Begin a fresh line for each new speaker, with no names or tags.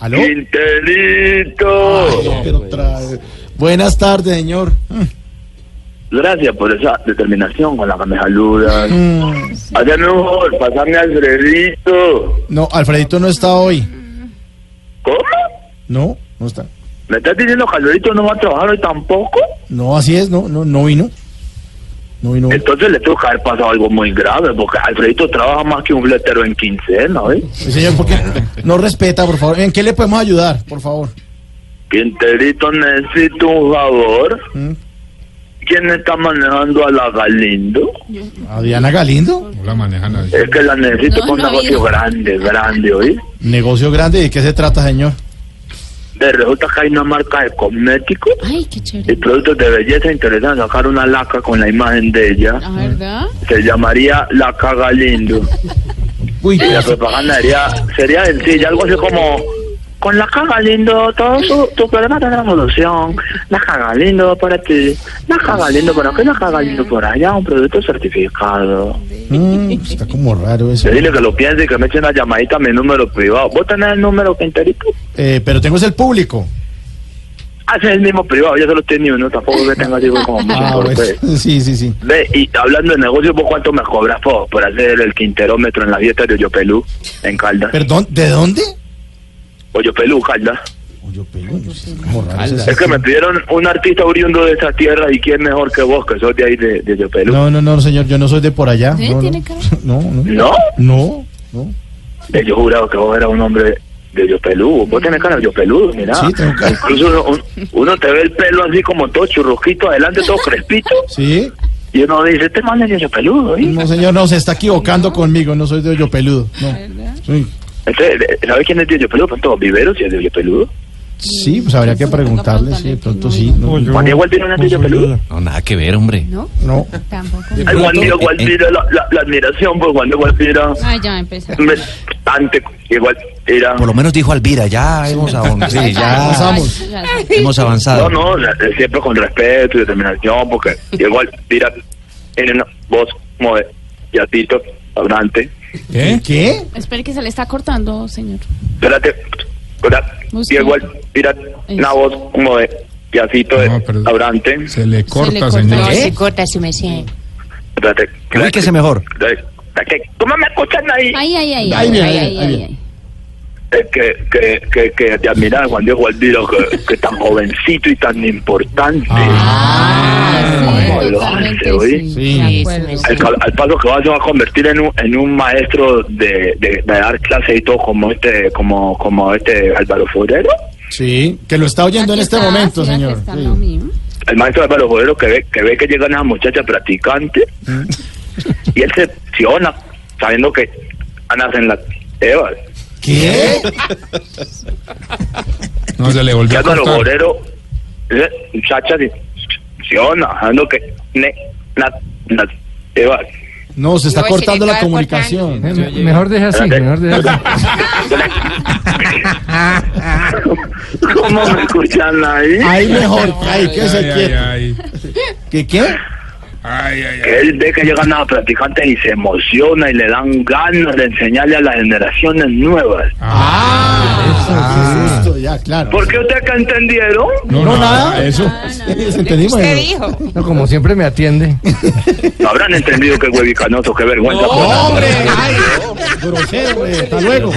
¿Aló?
Quinterito.
No, pues. pero otra vez. Buenas tardes, señor.
Gracias por esa determinación con la que me saludas. Hazme un favor, pasame a Alfredito.
No, Alfredito no está hoy.
¿Cómo?
No, no está.
¿Me estás diciendo que Alfredito no va a trabajar hoy tampoco?
No, así es, no, no, no vino. No vino. hoy.
Entonces le tengo que haber pasado algo muy grave, porque Alfredito trabaja más que un fletero en quincena, ¿eh?
Sí, señor, porque no respeta, por favor. ¿En qué le podemos ayudar, por favor?
Quinterito, necesito un favor.
Mm.
¿Quién está manejando a la Galindo?
¿A Diana Galindo?
No la manejan nadie.
Es que la necesito
No,
con un
no ha
negocio
habido.
grande, grande, ¿oí?
Negocio grande, ¿de qué se trata, señor?
De resulta que hay una marca de cosméticos
Ay, qué
y
chévere.
productos de belleza interesantes. Sacar una laca con la imagen de ella.
Ah, ¿verdad?
Se llamaría Laca Galindo.
Uy,
Y la
pero-
propaganda sería, sería sencilla, algo así como... Con la caga lindo, todo tu, tu problema tendrá solución. La caga lindo para ti. La caga lindo para qué la caga lindo por allá. Un producto certificado.
Mm, está como raro eso.
Yo dile que lo piense y que me eche una llamadita a mi número privado. ¿Vos tenés el número Quinterito?
Eh, pero tengo es el público.
Ah, ese es el mismo privado, yo solo tengo uno, tampoco que tenga así como mucho
Ah,
por fe.
bueno. Sí, sí, sí.
Ve, y hablando de negocios, ¿vos cuánto me cobras por, por hacer el quinterómetro en la dieta de Oyopelú, en Caldas?
Perdón, ¿de dónde?
Oyopelú, Caldas.
Oye, pelón, está como raro ese
Es que me
sistema.
pidieron un artista oriundo de esa tierra y quién mejor que vos, que sos de ahí de, de Oyopelú.
No, no, no, señor, yo no soy de por allá.
¿Eh?
No,
¿Tiene
no.
cara?
No, no.
¿No?
No, no.
Eh, Yo juraba que vos eras un hombre de Oyopelú. Vos tenés cara de Oyopelú, mirá.
Sí, tengo cara.
Incluso uno, un- uno te ve el pelo así como todo churrosquito, adelante todo crespito,
Sí,
y uno dice, este man es de Oyopelú, ¿eh?
no, señor, no, se está equivocando conmigo, no soy de hoyo peludo. No. Sí,
Entonces, ¿sabes quién es de Oyopelú? Pues todos viveros y es de Oyopelú.
sí, pues habría que preguntarle, sí, de pronto sí. No,
Yo-
Juan Diego Gualtieri no es de Oyopelú.
No, nada que ver, hombre.
no.
Tampoco.
Ay, Juan Diego
eh,
Gualtieri, la, la, la admiración por Juan Diego Gualtieri.
Ay, ya empezó.
Me- Ante igual era.
Por lo menos dijo Alvira, ya hemos avanzado. Sí, ya
Pasamos.
hemos
No,
avanzado.
no, la- eh, siempre con respeto y determinación, porque igual mira, tiene una voz como de yatito, hablante.
¿Eh?
¿Qué? ¿Qué?
Espere que se le está cortando, señor.
Espérate, espérate,
Busca.
igual mira, una voz como de yacito,
No, pero-
hablante.
Se le corta,
se le cortó,
¿Eh?
señor.
se corta su mesía.
Espérate,
Ubíquese mejor.
espérate, espérate, ¿Cómo me escuchan ahí?
Ahí, ahí, ahí.
Ahí viene,
ahí,
ahí
ahí,
viene.
ahí.
Eh, que, que, que, que te admira Juan Diego Gualdiro, que, que tan jovencito y tan importante.
Ah,
¿Cómo
sí,
lo hace,
totalmente.
oí?
Sí,
Sí.
de acuerdo.
Al, cal- al paso que va se va a convertir en un, en un maestro de, de- de dar clases y todo como este como como este Álvaro Forero
Sí, que lo está oyendo en
Aquí
este
está,
momento,
sí, aquí
señor.
está
Sí.
lo mismo.
el maestro Álvaro Forero que ve que ve que llegan esas muchachas practicantes
Mm.
y él se emociona sabiendo que van a hacer las Evas
¿Qué?
No, se le
que
volvió a
Álvaro
cortar.
Forero esa muchacha se emociona sabiendo que ne, na- las Evas
No, se está
Yo voy a
cortando la
llegar
comunicación.
Mejor deja así, mejor deja así.
¿Cómo me escuchan ahí?
Ahí mejor, ahí, que se
Ay, ay,
quiere.
ay.
¿Qué qué?
Ay, ay, ay.
Él ve que llegan a practicantes y se emociona y le dan ganas de enseñarle a las generaciones nuevas.
Ah, qué susto, ya, claro.
¿Por qué ustedes que entendieron?
No, nada.
Eso.
¿Entendimos? Usted dijo.
No, como siempre me atiende.
No habrán entendido que huevicanoso, qué vergüenza.
¡Hombre! ¡Ay! ¡Grosero, eh, ¡Hasta luego!